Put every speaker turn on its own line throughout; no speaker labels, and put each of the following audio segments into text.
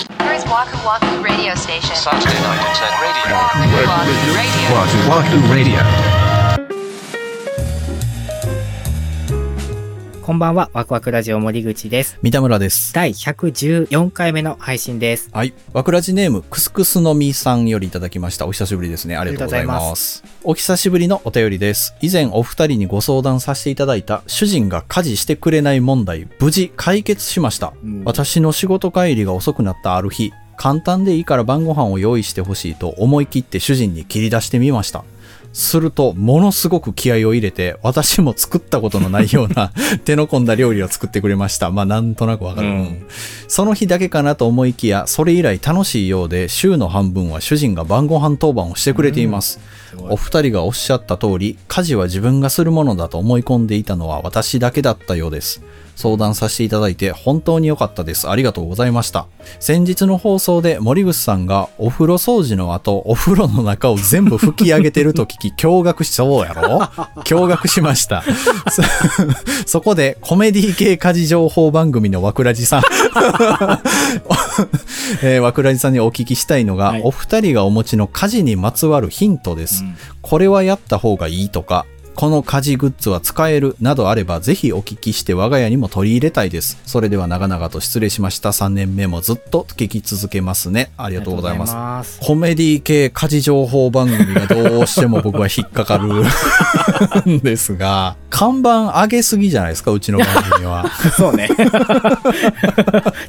Waku Waku Radio Station.
Saturday night at 10 radio.
Waku Waku Radio.
Wahoo Wahoo Radio.
こんばんは、ワクワクラジオ森口です。
三田村です。
第114回目の配信です。
はい。わくらじネーム、くすくすのみさんよりいただきました。お久しぶりですね。ありがとうござい
ありがとうござい
ま。
ます
お久しぶりのお便りです。以前お二人にご相談させていただいた、主人が家事してくれない問題、無事解決しました。私の仕事帰りが遅くなったある日、簡単でいいから晩ご飯を用意してほしいと思い切って主人に切り出してみました。すると、ものすごく気合を入れて、私も作ったことのないよう な手の込んだ料理を作ってくれました。まあ、なんとなくわかる、うんその日だけかなと思いきや、それ以来楽しいようで、週の半分は主人が晩ご飯当番をしてくれています。お二人がおっしゃった通り、家事は自分がするものだと思い込んでいたのは私だけだったようです。相談させていただいて本当に良かったです。ありがとうございました。先日の放送で森口さんがお風呂掃除の後、お風呂の中を全部吹き上げてると聞き、 驚愕しそうやろ驚愕しました。そ そこでコメディ系家事情報番組のわくらじさん。えー、わくらじさんにお聞きしたいのが、
はい
お二人がお持ちの家事にまつわるヒントです、これはやった方がいいとかこの家事グッズは使えるなどあればぜひお聞きして我が家にも取り入れたいですそれでは長々と失礼しました3年目もずっと聞き続けますねあり
あ
がとうございます
ます。
コメディ系家事情報番組がどうしても僕は引っかかるんですが、看板上げすぎじゃないですか、うちの番組は。
そうね。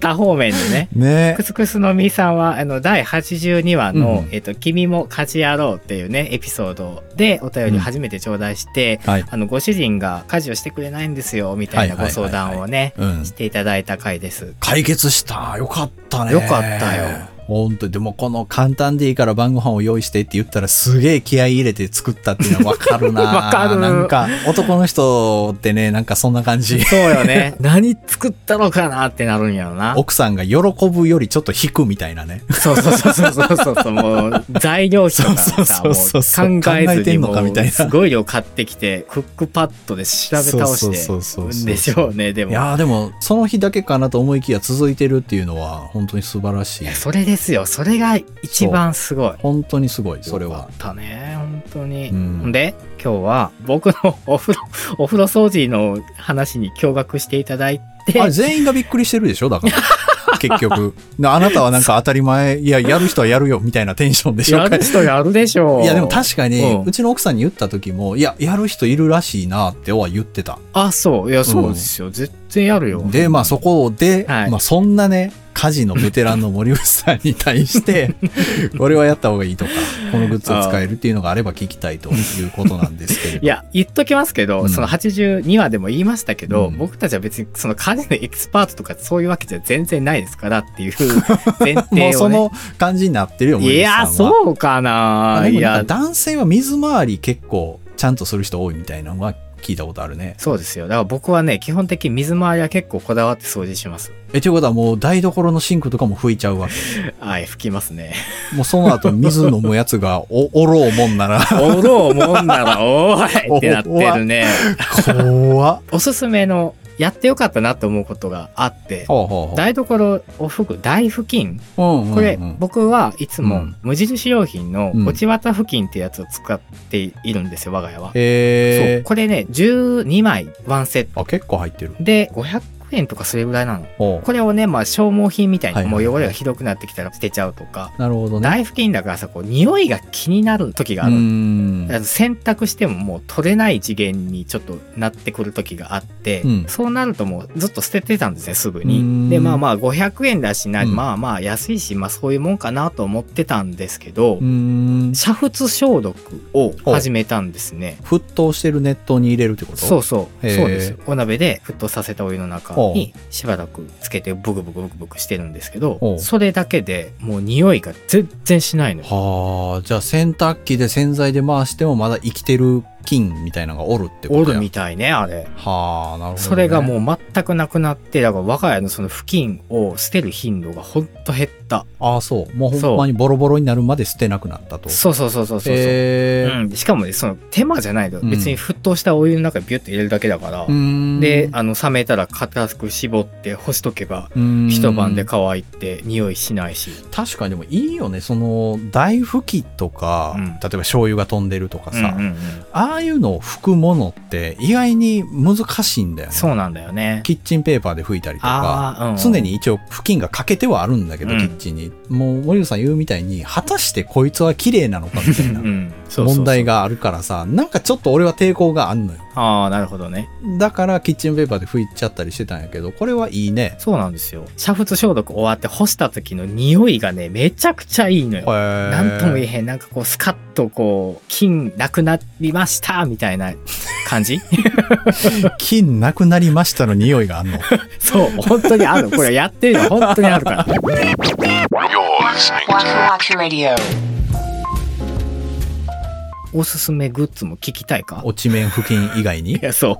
多方面でね。
ね
くすくすのみさんは、あの、第82話の、
うん
えっと、君も家事やろうっていうね、エピソードでお便りを初めて頂戴して、
はい。
あの、ご主人が家事をしてくれないんですよ、みたいな
はい
ご
はいはい
相
はい
談をね、
うん
していただいた回です。
解決した。よかったね。
よかったよ。
本当に、でもこの簡単でいいから晩ご飯を用意してって言ったらすげえ気合い入れて作ったっていうのはわかる な。
わかる
なんか男の人ってね、なんかそんな感じ。
そうよね。 何作ったのかなってなるんやろな。
奥さんが喜ぶよりちょっと引くみたいなね。
そうそうそうそうそうそう、もう材料費とかさ、
そ
も
うそうそうそう
う考え
考え
ず
て
に
んの
も
かみたいうな
すごい量買ってきて、クックパッドで調べ倒
そうそうそう
し
そう
て、でしょうね、で
い
も。
やーでも、その日だけかなと思いきや続いてるっていうのは本当に素晴 らしい。
それですよ、それが一番すごい。
本当にすごい、それ
よか
は。
ったね、本当に。
うん
ほんで、今日は僕のお風呂、 お風呂掃除の話に驚愕していただいて
あ、れ全員がびっくりしてるでしょ だから。結局。なあなたはなんか当たり前、いや、やる人はやるよ、みたいなテンションでしょ
やる人やるでしょう。
いやでも確かに、
う
うんちの奥さんに言った時も、いや、やる人いるらしいなっては言ってた。
あ、そう、いや、そうですよ、絶対やるよ。
で、まあそこで、
はい
まあそんなね、家事のベテランの森内さんに対 して、これはやった方がいいとか、このグッズを使えるっていうのがあれば聞きたいということなんですけれど。
いや、言っときますけど、
うん
その82話でも言いましたけど、
うん
僕たちは別にその家事のエキスパートとかそういうわけじゃ全然ないですからっていう 前
もう
提を、
そ
ね
の感じになってるよ、。森
い
内さんは。
や、そうかな
あで
い
もなん
や
か、男性は水回り結構ちゃんとする人多いみたいなのは聞いたことあるね。
そうですよ。だから僕はね、基本的に水回りは結構こだわって掃除します。
え、ということはもう台所のシンクとかも拭いちゃうわけ。
はい、拭きます ね。
もうその後水飲むやつがお、おろうもんなら。
おろうもんなら、おーいってなってるね。
怖っ。
おすすめの、やってよかったなと思うことがあって、
ほうほう
台所を拭く、台付近
ほう。うんうんうん
これ、僕はいつ
う
も
ん
無印良品の
うん
落ち綿付近ってやつを使っているんですよ、我が家は。そ
え
うこれね12枚ワンセット
ー、あ、結構入ってる。
で500円とかそれぐらいなの
ほう
これをね、まあ、消耗品みたいに、
はいはいはい
もう汚れがひどくなってきたら捨てちゃうとか
なるほどね。
台付近だからさこう匂いが気になる時
う
があ
ー
る、
ん。
あの洗濯してももう取れない次元にちょっとなってくる時があって、
うん
そうなるともうずっと捨ててたんですねすぐ
うー
に。
ん
でまあまあ500円だしな、
うん
まあまあ安いしまあそういうもんかなと思ってたんですけど、
うーん。
煮沸消毒を始めたんですね。
沸騰してる熱湯に入れるってこと
そうそう、
へー
そうです。お鍋で沸騰させたお湯の中
ほ
にしばらくつけてブクブクブクブクしてるんですけど
ほ、う
それだけでもう匂いが全然しないのよ。
はあ、じゃあ洗濯機で洗剤で回してもまだ生きてる菌みたいなのがおるってこ
お
とや
るみたいね、あれ。
はあなるほど、ね、
それがも
う
う全くなくなって、だから我が家のその付近を捨てる頻度がほんと減った。
ああそうもうほんまにボロボロになるまで捨てなくなったと
そうそうそうそうそうそう。
へえ
うん、しかもね、その手間じゃないの。
うん
別に沸騰したお湯の中にビュッと入れるだけだから。
ん
で、あの、冷めたら固く絞って干しとけば、
うん
一晩で乾いて匂いしないし。
確かにでもいいよねその大拭きとか、
うん
例えば醤油が飛んでるとかさ、
うんうんうん
ああいうのを拭くものって意外に難しいんだよね
そうなんだよね。
キッチンペーパーで拭いたりとか
あー、うん
常に一応布巾が欠けてはあるんだけど、
うん
キッチンにもう森野さん言うみたいに果たしてこいつは綺麗なのかみたいな
うん、 そうそうそう
問題。があるからさなんかちょっと俺は抵抗があんのよ
ああ、なるほどね。
だからキッチンペーパーで拭いちゃったりしてたんやけどこれはいいね
そうなんですよ。煮沸消毒終わって干した時の匂いがね、めちゃくちゃいいのよ。なんとも言え
え
へん、なんかこう、スカッとこう、菌なくなりました、みたいな感 じ
菌なくなりましたの匂いがあんの
そう、本当にある。これやってるの本当にある から。
Waku Radio.
おすすめグッズも聞きたいか
落ち面布巾以外に
いや、そ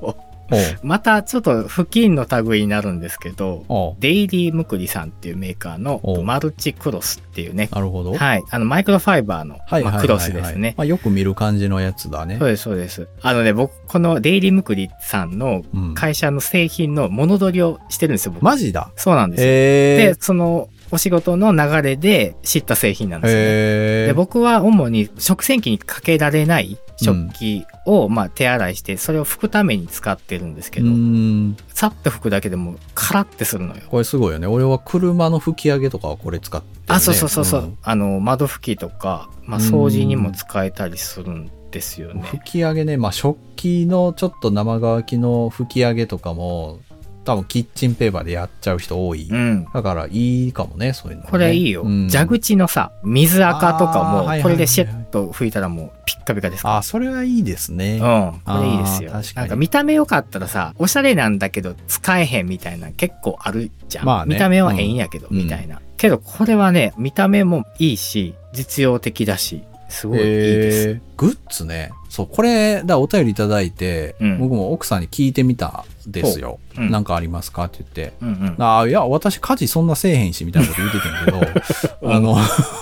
う。
おう
またちょっと付近の類になるんですけど、
おう
デイリームクリさんっていうメーカーの
おう
マルチクロスっていうね、
なるほど
はい、あのマイクロファイバーの、
はいはい
まあ、
はいはい
クロスですね。
まあ、よく見る感じのやつだね
そうです、そうです。あのね、僕、このデイリームクリさんの
うん
会社の製品の物取りをしてるんですよ、僕。
マジだ
そうなんですよ。
え
で、そのお仕事の流れで知った製品なん
ー、
ですよね。
え
で僕は主に食洗機にかけられない食器を、まあ、手洗いしてそれを拭くために使ってるんですけど、
うーん
さっと拭くだけでもうカラッてするのよ。
これすごいよね俺は車の吹き上げとかはこれ使ってるね、
あそうそうそうそう、
ん
あの窓拭きとか、まあ、掃除にも使えたりするんですよね。
吹き上げね、まあ、食器のちょっと生乾きの吹き上げとかも多分キッチンペーパーでやっちゃう人多い、
うん
だからいいかもねそういうの、ね、
これいいよ、
うん
蛇口のさ水垢とか
あーは
も
いはいはいはい
これでシェッと拭いたらもうピッカピカですから
あそれはいいですね、
うん、これいいですよ。
あー確かに
なんか見た目良かったらさ、おしゃれなんだけど使えへんみたいな結構あるじゃん。
まあね
見た目はええんやけど、
うん
みたいな。けどこれはね、見た目もいいし、実用的だし、すごいいいです。
えーグッズねそうこれだからお便りいただいて、
うん
僕も奥さんに聞いてみたんですよ、
ほううん
なんかありますかって言って
うんうん。
ああいや私家事そんなせえへんしみたいなこと言ってたけ
う
ど、
ん
あの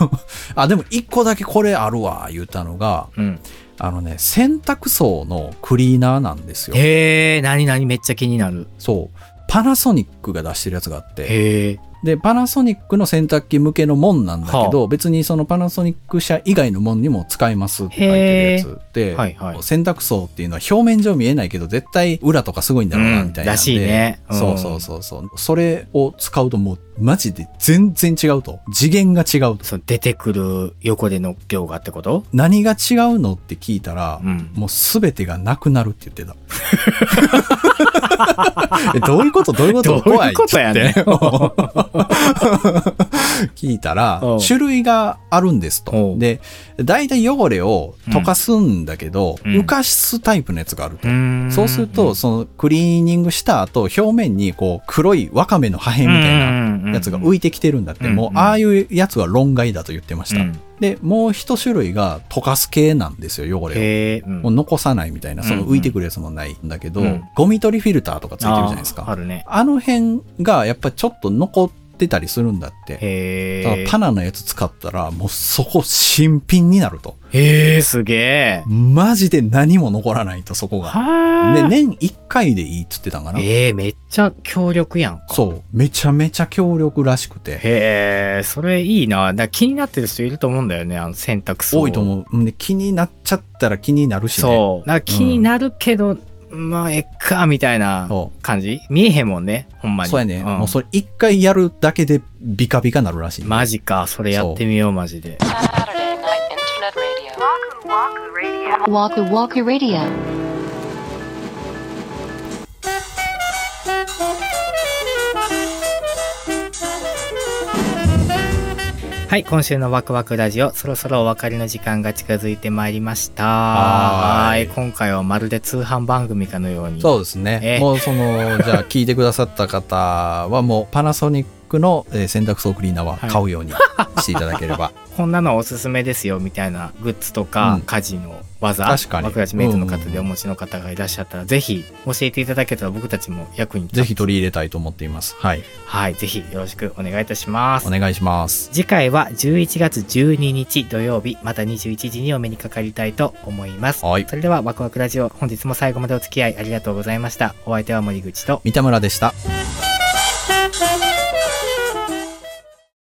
あでも一個だけこれあるわ言ったのが
うん、
あのね洗濯槽のクリーナーなんですよ
へえ、なになにめっちゃ気になる。
そうパナソニックが出してるやつがあって
へえ、
でパナソニックの洗濯機向けのもんなんだけど、別にそのパナソニック社以外のもんにも使えますって書いてるやつで、
はいはい。
洗濯槽っていうのは表面上見えないけど絶対裏とかすごいんだろうなみたいな、
うんらしいねうん
そうそうそうそうそれを使うともうマジで全然違うと次元が違うと
そう出てくる横での行がってこと
何が違うのって聞いたら、
うん
もう全てがなくなるって言ってた えどういうことどういうこと
どういうことやねん
怖いって 聞いたら
うん
種類があるんです
う
と
ん
で大体汚れを溶かすんだけど、
うん
浮かすタイプのやつがあると
うーん
そうすると、そのクリーニングした後、表面にこう黒いワカメの破片みたいなやつが浮
い
いてきてるんだって、
うんうん
もうああいうやつは論外だと言ってました。
うん
で、もう一種類が溶かす系なんですよ、汚れを。
へえ、うん
もう残さないみたいな、その
うんうん
浮いてくるやつもないんだけど、
うん
ゴミ取りフィルターとかついてるじゃないです
あーあ
か。
るね。
あの辺がやっぱちょっと残ってたりするんだって。
へ
だか
え
ら。パナのやつ使ったら、もうそこ新品になると。
へえ、すげえ。
マジで何も残らないと、そこが。
は
で
あ。
年1回でいいっつってたんかな
ええめっちゃ強力やんか。
そうめちゃめちゃ強力らしくて
へえ、それいいな。だから気になってる人いると思うんだよね、あの選択肢。
多いと思ううんで気になっちゃったら気になるしね
そう。なんか気になるけど、まあ、えっか、みたいな
そ
感じ見えへんもんね、ほんま
う
に。
そうやね、
ん
もうそれ1回やるだけでビカビカなるらしい、
マジか、それやってみよう、マジで。
Saturday Night Internet Radio. Waku Waku Radio.
はい、今週のワクワクラジオ、そろそろお別れの時間が近づいてまいりました。
は
は
ーい
い、今回はまるで通販番組かのように。
そうですね、
ええ
もうそのじゃあ聞いてくださった方はもうパナソニックの、えー洗濯槽クリーナーは
はい
買うようにしていただけ れば、
こんなのおすすめですよみたいなグッズとか、
うん
家事の技
確かに
僕たちメイトの方でお持ちの方がいらっしゃったら、ぜひ教えていただけたら僕たちも役に立つ
ぜひ取り入れたいと思っています。はい。
はいぜひよろしくお願いいたします
お願いします。
次回は11月12日土曜日また21時にお目にかかりたいと思います
はい
それではワクワクラジオ本日も最後までお付き合いありがとうございましたお相手は森口と
三田村でした。
Thank you.